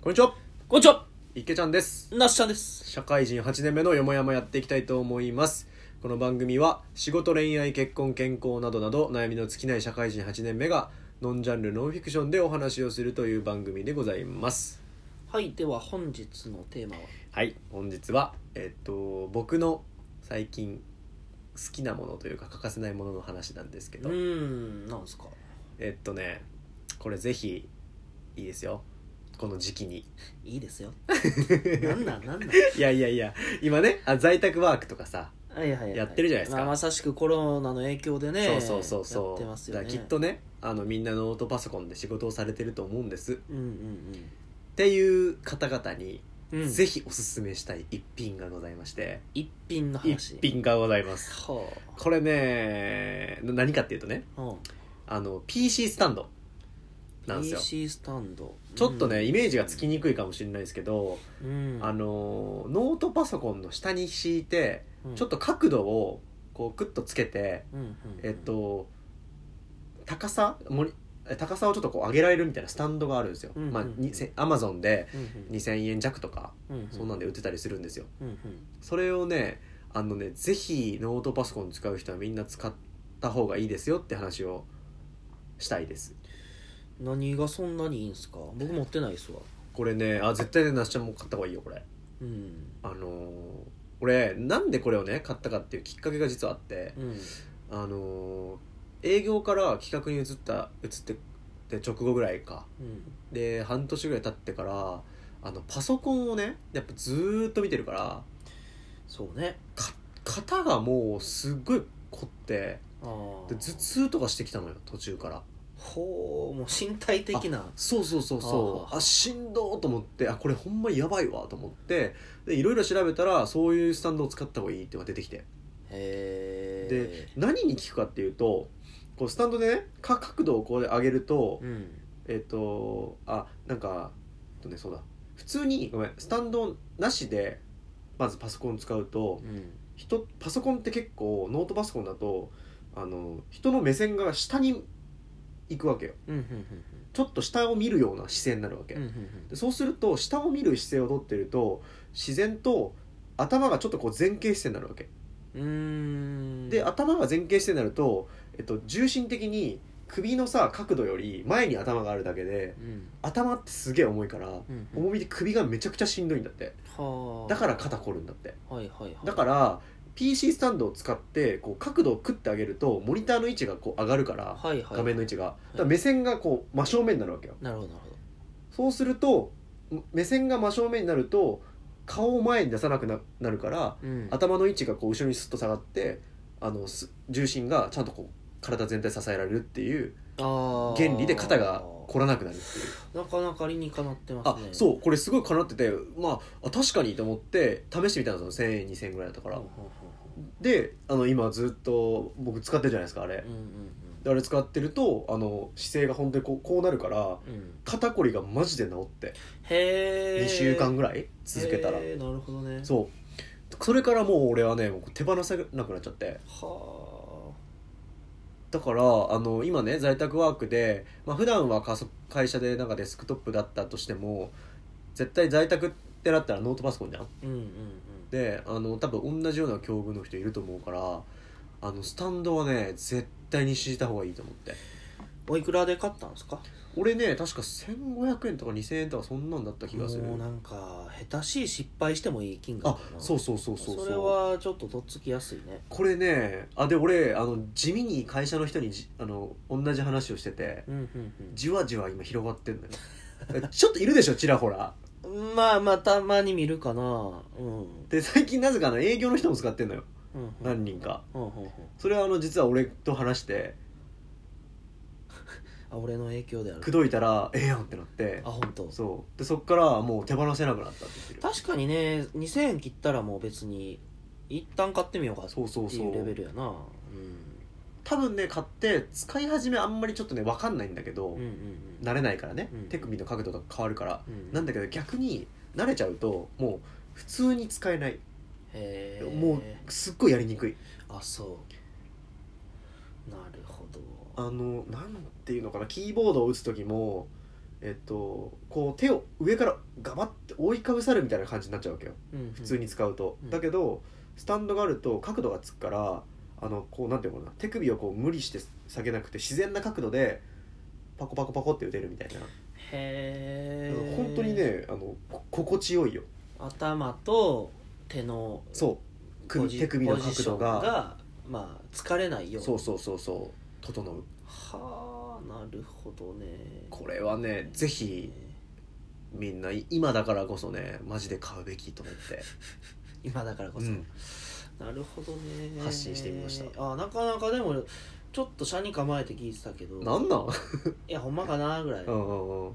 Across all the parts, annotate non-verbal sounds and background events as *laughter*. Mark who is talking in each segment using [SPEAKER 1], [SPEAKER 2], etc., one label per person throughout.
[SPEAKER 1] こんにちは
[SPEAKER 2] こんにちは
[SPEAKER 1] 池ちゃんです
[SPEAKER 2] なっしゃんです。
[SPEAKER 1] 社会人8年目のよもやまやっていきたいと思いますこの番組は仕事恋愛結婚健康などなど悩みの尽きない社会人8年目がノンジャンルノンフィクションでお話をするという番組でございます
[SPEAKER 2] はい、では本日のテーマは、
[SPEAKER 1] はい本日はえっと僕の最近好きなものというか欠かせないものの話なんですけ
[SPEAKER 2] う
[SPEAKER 1] ど
[SPEAKER 2] ーん、なんですか。
[SPEAKER 1] えっとねこれぜひいいですよこの時期に
[SPEAKER 2] いいで
[SPEAKER 1] *laughs*
[SPEAKER 2] すよ。なんなん、なんなん。
[SPEAKER 1] いやいやいや今ねあ在宅ワークとかさ
[SPEAKER 2] はいはいはい。
[SPEAKER 1] やってるじゃないですか
[SPEAKER 2] まあまさしくコロナの影響でね。
[SPEAKER 1] そうそうそうそう
[SPEAKER 2] やってますよ
[SPEAKER 1] だ
[SPEAKER 2] ね。
[SPEAKER 1] からきっと。ねあのみんなノートパソコンで仕事をされてると思うんですっ
[SPEAKER 2] うんうん
[SPEAKER 1] ていう方々に、
[SPEAKER 2] うん。うん、
[SPEAKER 1] ぜひおすすめしたい一品がございまして
[SPEAKER 2] 一品の話。
[SPEAKER 1] 一。品がございます
[SPEAKER 2] は
[SPEAKER 1] これねな何かっていうとね
[SPEAKER 2] あ。うん。
[SPEAKER 1] あの PC スタンドなんですよ
[SPEAKER 2] PC スタンド。
[SPEAKER 1] ちょっとね、
[SPEAKER 2] うん
[SPEAKER 1] イメージがつきにくいかもしれないですけど、
[SPEAKER 2] うん。
[SPEAKER 1] あのノートパソコンの下に敷いて、
[SPEAKER 2] うん
[SPEAKER 1] ちょっ。と角度をこうクッとつけて
[SPEAKER 2] うんうんうん
[SPEAKER 1] えっ。と高さもにえ高さをちょっとこう上げられるみたいなスタンドがあるんですよ、
[SPEAKER 2] うんうんうん
[SPEAKER 1] まあ、にせアマゾンで
[SPEAKER 2] うん
[SPEAKER 1] 2000円弱とか
[SPEAKER 2] うん。う
[SPEAKER 1] そんなんで売ってたりするんですよ
[SPEAKER 2] うんうん。
[SPEAKER 1] それをねあのねぜひノートパソコン使う人はみんな使った方がいいですよって話をしたいです
[SPEAKER 2] 何がそんなにいいんすか。僕持ってないですわ。
[SPEAKER 1] これねあ絶対ねなっちゃんも買った方がいいよこれ
[SPEAKER 2] うん。
[SPEAKER 1] あのー俺なんでこれをね買ったかっていうきっかけが実はあって
[SPEAKER 2] うん。
[SPEAKER 1] あのー営業から企画に移った移ってで直後ぐらいか
[SPEAKER 2] うん。
[SPEAKER 1] で半年ぐらい経ってからあのパソコンをねやっぱずーっと見てるから
[SPEAKER 2] そうね。
[SPEAKER 1] か型がもうすっごい凝って
[SPEAKER 2] ああ。
[SPEAKER 1] で頭痛とかしてきたのよ途中から
[SPEAKER 2] ほうもう身体的な
[SPEAKER 1] そうそうそうそ
[SPEAKER 2] あ
[SPEAKER 1] うあしんどーと思ってあこれほんまやばいわと思ってでいろいろ調べたらそういうスタンドを使った方がいいっていうのが出てきて
[SPEAKER 2] へ
[SPEAKER 1] で何に効くかっていうとこうスタンドでねか角度をこう上げると
[SPEAKER 2] うん
[SPEAKER 1] えっ、とあなんかえっとねそうだ普通にごめんスタンドなしでまずパソコン使うと
[SPEAKER 2] うん
[SPEAKER 1] 人パソコンって結構ノートパソコンだとあの人の目線が下に行くわけよ
[SPEAKER 2] うんうん
[SPEAKER 1] ちょっと下を見るような視線になるわけ、
[SPEAKER 2] うんうんうん
[SPEAKER 1] でそうすると下を見る姿勢をとってると自然と頭がちょっとこう前傾姿勢になるわけ
[SPEAKER 2] うんうん
[SPEAKER 1] で頭が前傾姿勢になると、えっと、重心的に首のさ角度より前に頭があるだけで
[SPEAKER 2] うん
[SPEAKER 1] 頭ってすげえ重いから
[SPEAKER 2] うんうん
[SPEAKER 1] 重みで首がめちゃくちゃしんどいんだって
[SPEAKER 2] はあ
[SPEAKER 1] だから肩こるんだって
[SPEAKER 2] はいはいはい
[SPEAKER 1] だから PC スタンドを使ってこう角度を食ってあげるとモニターの位置がこう上がるから
[SPEAKER 2] はいはい
[SPEAKER 1] 画面の位置が
[SPEAKER 2] い
[SPEAKER 1] だから目線がこう真正面になるわけよ
[SPEAKER 2] なるほどなるほど
[SPEAKER 1] そうすると目線が真正面になると顔を前に出さなくななるから
[SPEAKER 2] うん
[SPEAKER 1] 頭の位置がこう後ろにスッと下がってあのす重心がちゃんとこう体全体支えられるっていう
[SPEAKER 2] あー
[SPEAKER 1] 原理で肩が凝らなくなるっていう
[SPEAKER 2] なかなか理にかなってま
[SPEAKER 1] あ
[SPEAKER 2] すねう
[SPEAKER 1] そうこれすごいかなっててまああ確かにと思って試してみたんですよ1000円2000円ぐらいだったから、
[SPEAKER 2] うん
[SPEAKER 1] であの今ずっと僕使ってるじゃないですかあれ、
[SPEAKER 2] うん
[SPEAKER 1] であれ使ってるとあの姿勢が本当にこうこうなるから
[SPEAKER 2] うんうん
[SPEAKER 1] 肩こりがマジで治って
[SPEAKER 2] へえ
[SPEAKER 1] 2週間ぐらい続けたら、
[SPEAKER 2] なるほどね
[SPEAKER 1] そうそれからもう俺はねもう手放せなくなっちゃって
[SPEAKER 2] は
[SPEAKER 1] だからあの今ね在宅ワークで、まあ普段はかそ会社でなんかデスクトップだったとしても絶対在宅ってなったらノートパソコンじゃん
[SPEAKER 2] あうんうんうん
[SPEAKER 1] であの多分同じような境遇の人いると思うからあのスタンドはね絶対に敷いた方がいいと思って
[SPEAKER 2] おいくらで買ったんですか
[SPEAKER 1] 俺ね確か1500円とか2000円とかそんなんだった気がする
[SPEAKER 2] もうなんか下手しい失敗してもいい金額
[SPEAKER 1] あ
[SPEAKER 2] だな
[SPEAKER 1] そうそうそうそうう
[SPEAKER 2] れはちょっととっつきやすいね
[SPEAKER 1] これねあで俺あの地味に会社の人にじあの同じ話をしてて
[SPEAKER 2] うん
[SPEAKER 1] じわじわ今広がってんのよ
[SPEAKER 2] *laughs*
[SPEAKER 1] えちょっといるでしょちらほら
[SPEAKER 2] うんうんまあまあたまに見るかなうん
[SPEAKER 1] で最近なぜかあの営業の人も使ってんのよ
[SPEAKER 2] うんうん
[SPEAKER 1] 何人か
[SPEAKER 2] うんうんうん
[SPEAKER 1] それはあの実は俺と話して
[SPEAKER 2] あ俺の影響であ
[SPEAKER 1] 口
[SPEAKER 2] る
[SPEAKER 1] 説いたらええやんってなって
[SPEAKER 2] あ本当
[SPEAKER 1] そうでそっからもう手放せなくなったって言ってる
[SPEAKER 2] 確かにね2000円切ったらもう別に一旦買ってみようかっ
[SPEAKER 1] そうそう
[SPEAKER 2] て
[SPEAKER 1] そ
[SPEAKER 2] いうレベ
[SPEAKER 1] う
[SPEAKER 2] ルやな
[SPEAKER 1] 多分ね買って使い始めあんまりちょっとね分かんないんだけど、
[SPEAKER 2] うんうんうんうん
[SPEAKER 1] 慣れないからね、
[SPEAKER 2] うん
[SPEAKER 1] 手首の角度とか変わるから、
[SPEAKER 2] うん
[SPEAKER 1] なんだけど逆に慣れちゃうともう普通に使えない、
[SPEAKER 2] へえ
[SPEAKER 1] もうすっごいやりにくい
[SPEAKER 2] あそうなるほど
[SPEAKER 1] あのなんていうのかなキーボードを打つ時もえっとこう手を上からガバッて覆いかぶさるみたいな感じになっちゃうわけよ
[SPEAKER 2] うん
[SPEAKER 1] 普通に使うと、
[SPEAKER 2] うん
[SPEAKER 1] だけどスタンドがあると角度がつくからあのこうなんていうのかな手首をこう無理して下げなくて自然な角度でパコパコパコって打てるみたいな、
[SPEAKER 2] へえ
[SPEAKER 1] 本当にねあのこ心地よいよ
[SPEAKER 2] 頭と手の
[SPEAKER 1] そう
[SPEAKER 2] ポ
[SPEAKER 1] 首
[SPEAKER 2] ジ
[SPEAKER 1] 手首の
[SPEAKER 2] ポジ
[SPEAKER 1] 角
[SPEAKER 2] ショ
[SPEAKER 1] 度
[SPEAKER 2] ン
[SPEAKER 1] が
[SPEAKER 2] がまあ疲れないように
[SPEAKER 1] そうそうそうそう整う
[SPEAKER 2] はあなるほどね
[SPEAKER 1] これはねぜひみんな今だからこそねマジで買うべきと思って、
[SPEAKER 2] 今だからこそ、
[SPEAKER 1] うん
[SPEAKER 2] なるほどね
[SPEAKER 1] 発信してみました
[SPEAKER 2] あなかなかでもちょっと車に構えて聞いてたけど
[SPEAKER 1] なんなん
[SPEAKER 2] いやほんまかなぐらい、
[SPEAKER 1] うんうんうん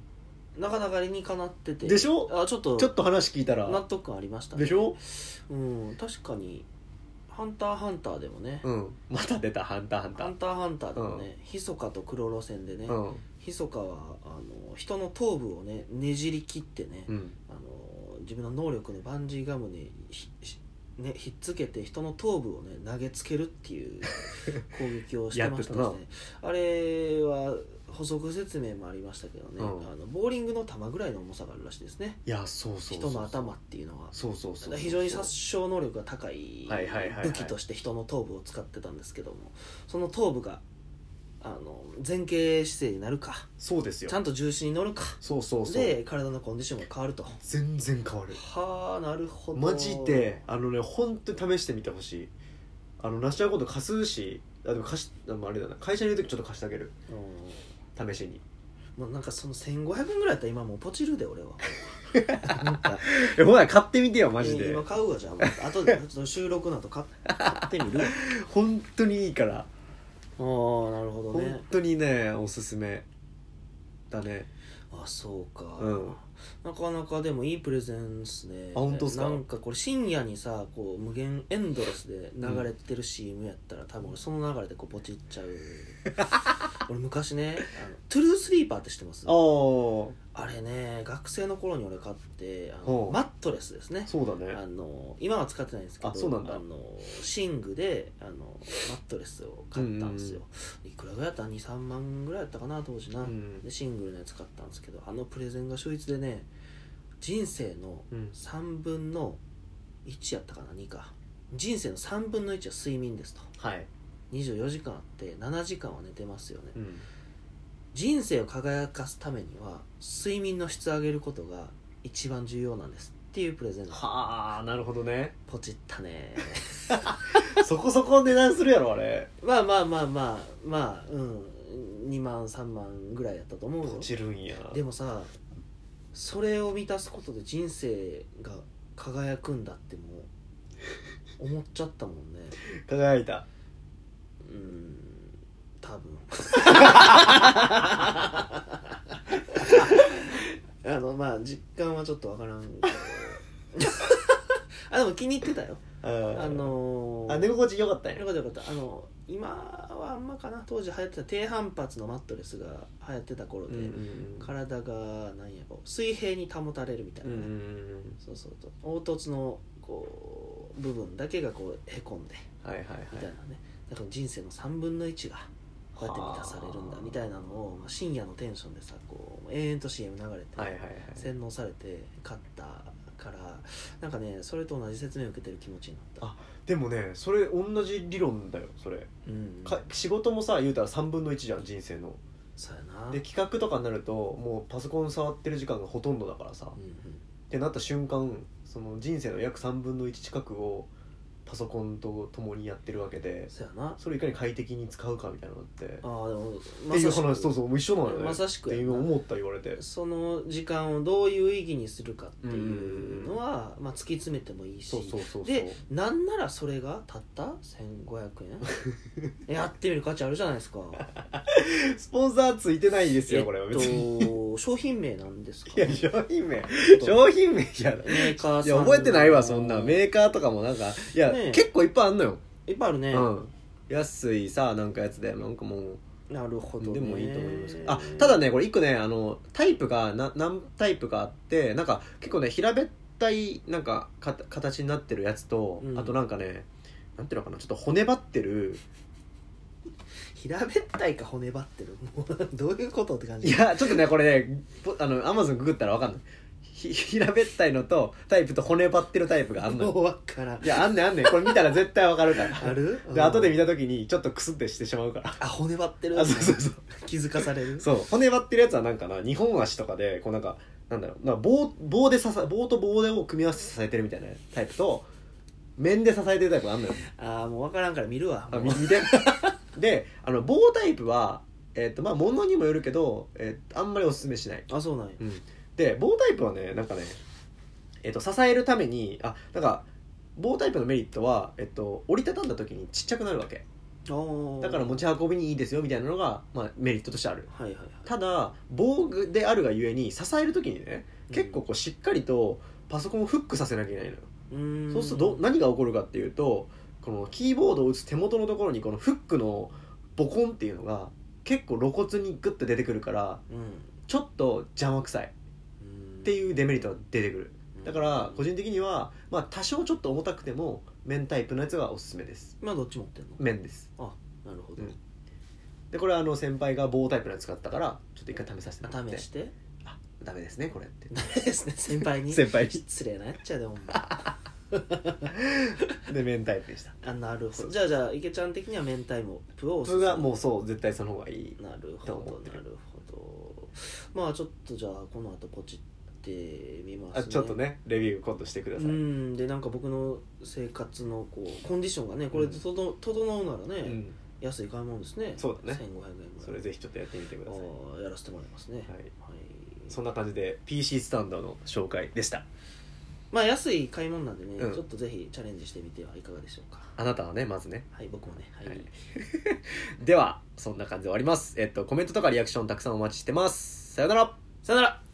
[SPEAKER 2] なかなか理にかなってて
[SPEAKER 1] でしょ
[SPEAKER 2] あちょっと
[SPEAKER 1] ちょっと話聞いたら
[SPEAKER 2] 納得感ありましたね
[SPEAKER 1] でしょ
[SPEAKER 2] うん確かに「ハンターハンター」でもね、
[SPEAKER 1] うんまた出たハンターハンタ
[SPEAKER 2] ハ
[SPEAKER 1] ー
[SPEAKER 2] ンターハンター」でもね、ひそかと黒路線でね、
[SPEAKER 1] うん
[SPEAKER 2] ひそかはあの人の頭部をねねじり切ってね、
[SPEAKER 1] うん
[SPEAKER 2] あの自分の能力のバンジーガムにひひね、ひっつけて人の頭部をね投げつけるって
[SPEAKER 1] *laughs*
[SPEAKER 2] いう攻撃をしてました
[SPEAKER 1] やっ
[SPEAKER 2] ね
[SPEAKER 1] て
[SPEAKER 2] あれは補足説明もありましたけどね、
[SPEAKER 1] うん
[SPEAKER 2] あのボーリングの球ぐらいの重さがあるらしいですね
[SPEAKER 1] いやそうそうそう
[SPEAKER 2] 人の頭っていうのは
[SPEAKER 1] そうそうそうそう
[SPEAKER 2] 非常に殺傷能力が高い
[SPEAKER 1] はいはいはいはい
[SPEAKER 2] 武器として人の頭部を使ってたんですけどもその頭部があの前傾姿勢になるか
[SPEAKER 1] そうですよ
[SPEAKER 2] ちゃんと重心に乗るか
[SPEAKER 1] そうそうそう
[SPEAKER 2] で体のコンディションが変わると
[SPEAKER 1] 全然変わる
[SPEAKER 2] はあなるほど
[SPEAKER 1] マジであのね本当に試してみてほしいあのラシアコード貸すしあでも貸しあのあれだな会社にいる時ちょっと貸してあげる
[SPEAKER 2] うん
[SPEAKER 1] 試
[SPEAKER 2] *laughs*
[SPEAKER 1] しに
[SPEAKER 2] もうなんかその1500円ぐらいだったら今もうポチるで俺はなんか
[SPEAKER 1] えほら買ってみてよマジ
[SPEAKER 2] え
[SPEAKER 1] で
[SPEAKER 2] 今買うわじゃ
[SPEAKER 1] *laughs*
[SPEAKER 2] ああとでちょっと収録の後買っ買ってみるあ
[SPEAKER 1] 本当にいいから
[SPEAKER 2] あーなるほどね
[SPEAKER 1] 本当にねおすすめだね
[SPEAKER 2] あそうか、
[SPEAKER 1] うん
[SPEAKER 2] なかなかでもいいプレゼンっすね
[SPEAKER 1] あ本当っすか
[SPEAKER 2] なんかこれ深夜にさこう無限エンドレスで流れてる CM やったら、多分俺その流れでこうポチっち
[SPEAKER 1] *laughs*
[SPEAKER 2] ゃう俺昔ねあのトゥルースリーパーって知ってます
[SPEAKER 1] ああそ
[SPEAKER 2] あれね学生の頃に俺買ってあ
[SPEAKER 1] ほ
[SPEAKER 2] の
[SPEAKER 1] う
[SPEAKER 2] マットレスですね
[SPEAKER 1] うだね
[SPEAKER 2] あの今は使ってないんですけど
[SPEAKER 1] あそうなんだ
[SPEAKER 2] の寝具であのマットレスを買ったんですよ、いくらぐらいだった23万ぐらいだったかな当時な、
[SPEAKER 1] うん
[SPEAKER 2] でシングルのやつ買ったんですけどあのプレゼンが秀逸でね人生の
[SPEAKER 1] うん
[SPEAKER 2] 3分の1やったかな2か人生の3分の1は睡眠ですと
[SPEAKER 1] はい、
[SPEAKER 2] 24時間あって7時間は寝てますよね
[SPEAKER 1] うん、
[SPEAKER 2] 人生を輝かすためには睡眠の質を上げることが一番重要なんですっていうプレゼント
[SPEAKER 1] はあなるほどね
[SPEAKER 2] ポチったね *laughs*
[SPEAKER 1] そこそこ値段するやろあれ
[SPEAKER 2] まあまあまあまあまあうん2万3万ぐらいやったと思うよ
[SPEAKER 1] 落ちるんや
[SPEAKER 2] でもさそれを満たすことで人生が輝くんだってもう思っちゃったもんね
[SPEAKER 1] 輝いた
[SPEAKER 2] うーん多分 *laughs* あのまあ実感はちょっとわから
[SPEAKER 1] *laughs*
[SPEAKER 2] んけどあでも気に入ってたよ
[SPEAKER 1] あ
[SPEAKER 2] あのー、
[SPEAKER 1] あ寝心地良かったんや
[SPEAKER 2] よかったよかったあの今はあんまかな当時流行ってた低反発のマットレスが流行ってた頃
[SPEAKER 1] うん
[SPEAKER 2] で、
[SPEAKER 1] うんうん
[SPEAKER 2] 体がなんやこう水平に保たれるみたい
[SPEAKER 1] うん
[SPEAKER 2] な
[SPEAKER 1] う
[SPEAKER 2] ね、
[SPEAKER 1] んうん
[SPEAKER 2] そうそうと凹凸のこう部分だけがこうへこんで
[SPEAKER 1] はいはい
[SPEAKER 2] みたい
[SPEAKER 1] は
[SPEAKER 2] なね、だから人生の3分の1がこうやって満たされるんだみたいなのを、まあ、深夜のテンションでさこう延々と CM 流れて、
[SPEAKER 1] いはいはいはい
[SPEAKER 2] 洗脳されて勝ったからなんかねそれと同じ説明を受けてる気持ちになった
[SPEAKER 1] あでもねそれ同じ理論だよそれ
[SPEAKER 2] うん
[SPEAKER 1] か仕事もさ言うたら3分の1じゃん人生の
[SPEAKER 2] そうやな
[SPEAKER 1] で企画とかになるともうパソコン触ってる時間がほとんどだからさ、
[SPEAKER 2] う
[SPEAKER 1] っ
[SPEAKER 2] んうん
[SPEAKER 1] てなった瞬間その人生の約3分の1近くをパソコンと共にやってるわけで
[SPEAKER 2] そうやな
[SPEAKER 1] それをいかに快適に使うかみたいなのってっ
[SPEAKER 2] ああでも
[SPEAKER 1] ていう
[SPEAKER 2] まさし
[SPEAKER 1] 話
[SPEAKER 2] く
[SPEAKER 1] そうそうもう一緒なのよね
[SPEAKER 2] まさしく
[SPEAKER 1] って
[SPEAKER 2] や
[SPEAKER 1] いう
[SPEAKER 2] な
[SPEAKER 1] 思った言われて
[SPEAKER 2] その時間をどういう意義にするかっていうのは、まあ、突き詰めてもいいし
[SPEAKER 1] そうそうそうそう
[SPEAKER 2] でなんならそれがたった1500
[SPEAKER 1] *laughs*
[SPEAKER 2] 円やってみる価値あるじゃないですか
[SPEAKER 1] スポンサーついてないですよこれは別に、
[SPEAKER 2] えっと、商品名なんですか、
[SPEAKER 1] *laughs* いや商品名
[SPEAKER 2] ちょっと
[SPEAKER 1] 商品名じゃない
[SPEAKER 2] メーカー
[SPEAKER 1] い
[SPEAKER 2] さん
[SPEAKER 1] や
[SPEAKER 2] の
[SPEAKER 1] 覚えてないわそんなメーカーとかもなんかいや、
[SPEAKER 2] ねえ
[SPEAKER 1] 結構いっぱいあんのよ、
[SPEAKER 2] いっぱいあるね、
[SPEAKER 1] うん安いさなんかやつでなんかもう
[SPEAKER 2] なるほど、ね、
[SPEAKER 1] でもいいと思いますけどあただねこれ一個ねあのタイプがな何タイプかあってなんか結構ね平べったいなんかかた形になってるやつと、
[SPEAKER 2] うん
[SPEAKER 1] あとなんかねなんていうのかなちょっと骨張ってる
[SPEAKER 2] 平べったいか骨張ってるもうどういうことって感じ
[SPEAKER 1] いやちょっとねこれねぼあのアマゾンググったらわかんないひ平べったいのとタイプと骨張ってるタイプがあんの
[SPEAKER 2] も
[SPEAKER 1] よ
[SPEAKER 2] う分からん
[SPEAKER 1] いやあんねんあんねんこれ見たら絶対わかるから
[SPEAKER 2] ある
[SPEAKER 1] で後で見
[SPEAKER 2] た
[SPEAKER 1] た時にちょっとクスってしてしまうから
[SPEAKER 2] あ骨張ってる
[SPEAKER 1] あそうそうそう
[SPEAKER 2] 気づかされる
[SPEAKER 1] そう骨張ってるやつはなんかな2本足とかでこうなんかなんだろうなんか棒棒で支え棒と棒でを組み合わせて支えてるみたいなタイプと面で支えてるタイプがあんのよ
[SPEAKER 2] ああもう分からんから見るわ
[SPEAKER 1] あ
[SPEAKER 2] もう
[SPEAKER 1] 右でであの棒タイプはえっ、とまあ物にもよるけど、えーあんまりおすすめしない、
[SPEAKER 2] あそうなんや
[SPEAKER 1] うん、で棒タイプはねなんかねえっ、と支えるためにあなんか棒タイプのメリットは、えっと、折りたたんだ時にちっちゃくなるわけ
[SPEAKER 2] おー
[SPEAKER 1] だから持ち運びにいいですよみたいなのが、まあ、メリットとしてある
[SPEAKER 2] はいはいはい
[SPEAKER 1] ただ防具であるがゆえに支える時にね
[SPEAKER 2] うん
[SPEAKER 1] 結構こうしっかりとパソコンをフックさせなきゃいけないのよ、
[SPEAKER 2] うーん
[SPEAKER 1] そうするとど何が起こるかっていうとこのキーボードを打つ手元のところにこのフックのボコンっていうのが結構露骨にグッと出てくるから
[SPEAKER 2] うん
[SPEAKER 1] ちょっと邪魔くさいって
[SPEAKER 2] う
[SPEAKER 1] いうデメリットが出てくる
[SPEAKER 2] ん
[SPEAKER 1] だから個人的にはまあ多少ちょっと重たくても面タイプのやつがおすすめです
[SPEAKER 2] 今どっち持ってんの
[SPEAKER 1] 面です
[SPEAKER 2] なるほど
[SPEAKER 1] うんでこれはあの先輩が棒タイプのやつ使ったからちょっと一回試させてもらっ
[SPEAKER 2] あ
[SPEAKER 1] て
[SPEAKER 2] 試して
[SPEAKER 1] あダメですねこれって *laughs*
[SPEAKER 2] ダメですね先輩に
[SPEAKER 1] 先輩に
[SPEAKER 2] 失礼なやっちゃう
[SPEAKER 1] *laughs*
[SPEAKER 2] でほんま
[SPEAKER 1] で面タイプでした
[SPEAKER 2] あなるほ
[SPEAKER 1] そ
[SPEAKER 2] ど
[SPEAKER 1] う
[SPEAKER 2] じゃあじゃあ池ちゃん的には明太もプをおすす
[SPEAKER 1] 僕
[SPEAKER 2] め
[SPEAKER 1] がもうそう絶対その方がいい
[SPEAKER 2] なるほ
[SPEAKER 1] と
[SPEAKER 2] ど
[SPEAKER 1] 思ってる
[SPEAKER 2] なるほどまあちょっとじゃあこの後ポチってみます
[SPEAKER 1] あちょっとねレビュー今度してくだ
[SPEAKER 2] う
[SPEAKER 1] さい、
[SPEAKER 2] んでなんか僕の生活のこうコンディションがねこれでとど整うならね、
[SPEAKER 1] うん
[SPEAKER 2] 安い買い物ですね
[SPEAKER 1] そうだね
[SPEAKER 2] 1500円ぐらい
[SPEAKER 1] それぜひちょっとやってみてください、
[SPEAKER 2] あーやらせてもらいますね
[SPEAKER 1] はい、
[SPEAKER 2] はい
[SPEAKER 1] そんな感じで PC スタンドの紹介でした
[SPEAKER 2] まあ安い買い物なんでね、
[SPEAKER 1] うん
[SPEAKER 2] ちょっとぜひチャレンジしてみてはいかがでしょうか
[SPEAKER 1] あなたはねまずね
[SPEAKER 2] はい僕もねはい、
[SPEAKER 1] はい *laughs* ではそんな感じで終わりますえっとコメントとかリアクションたくさんお待ちしてますさよなら
[SPEAKER 2] さよなら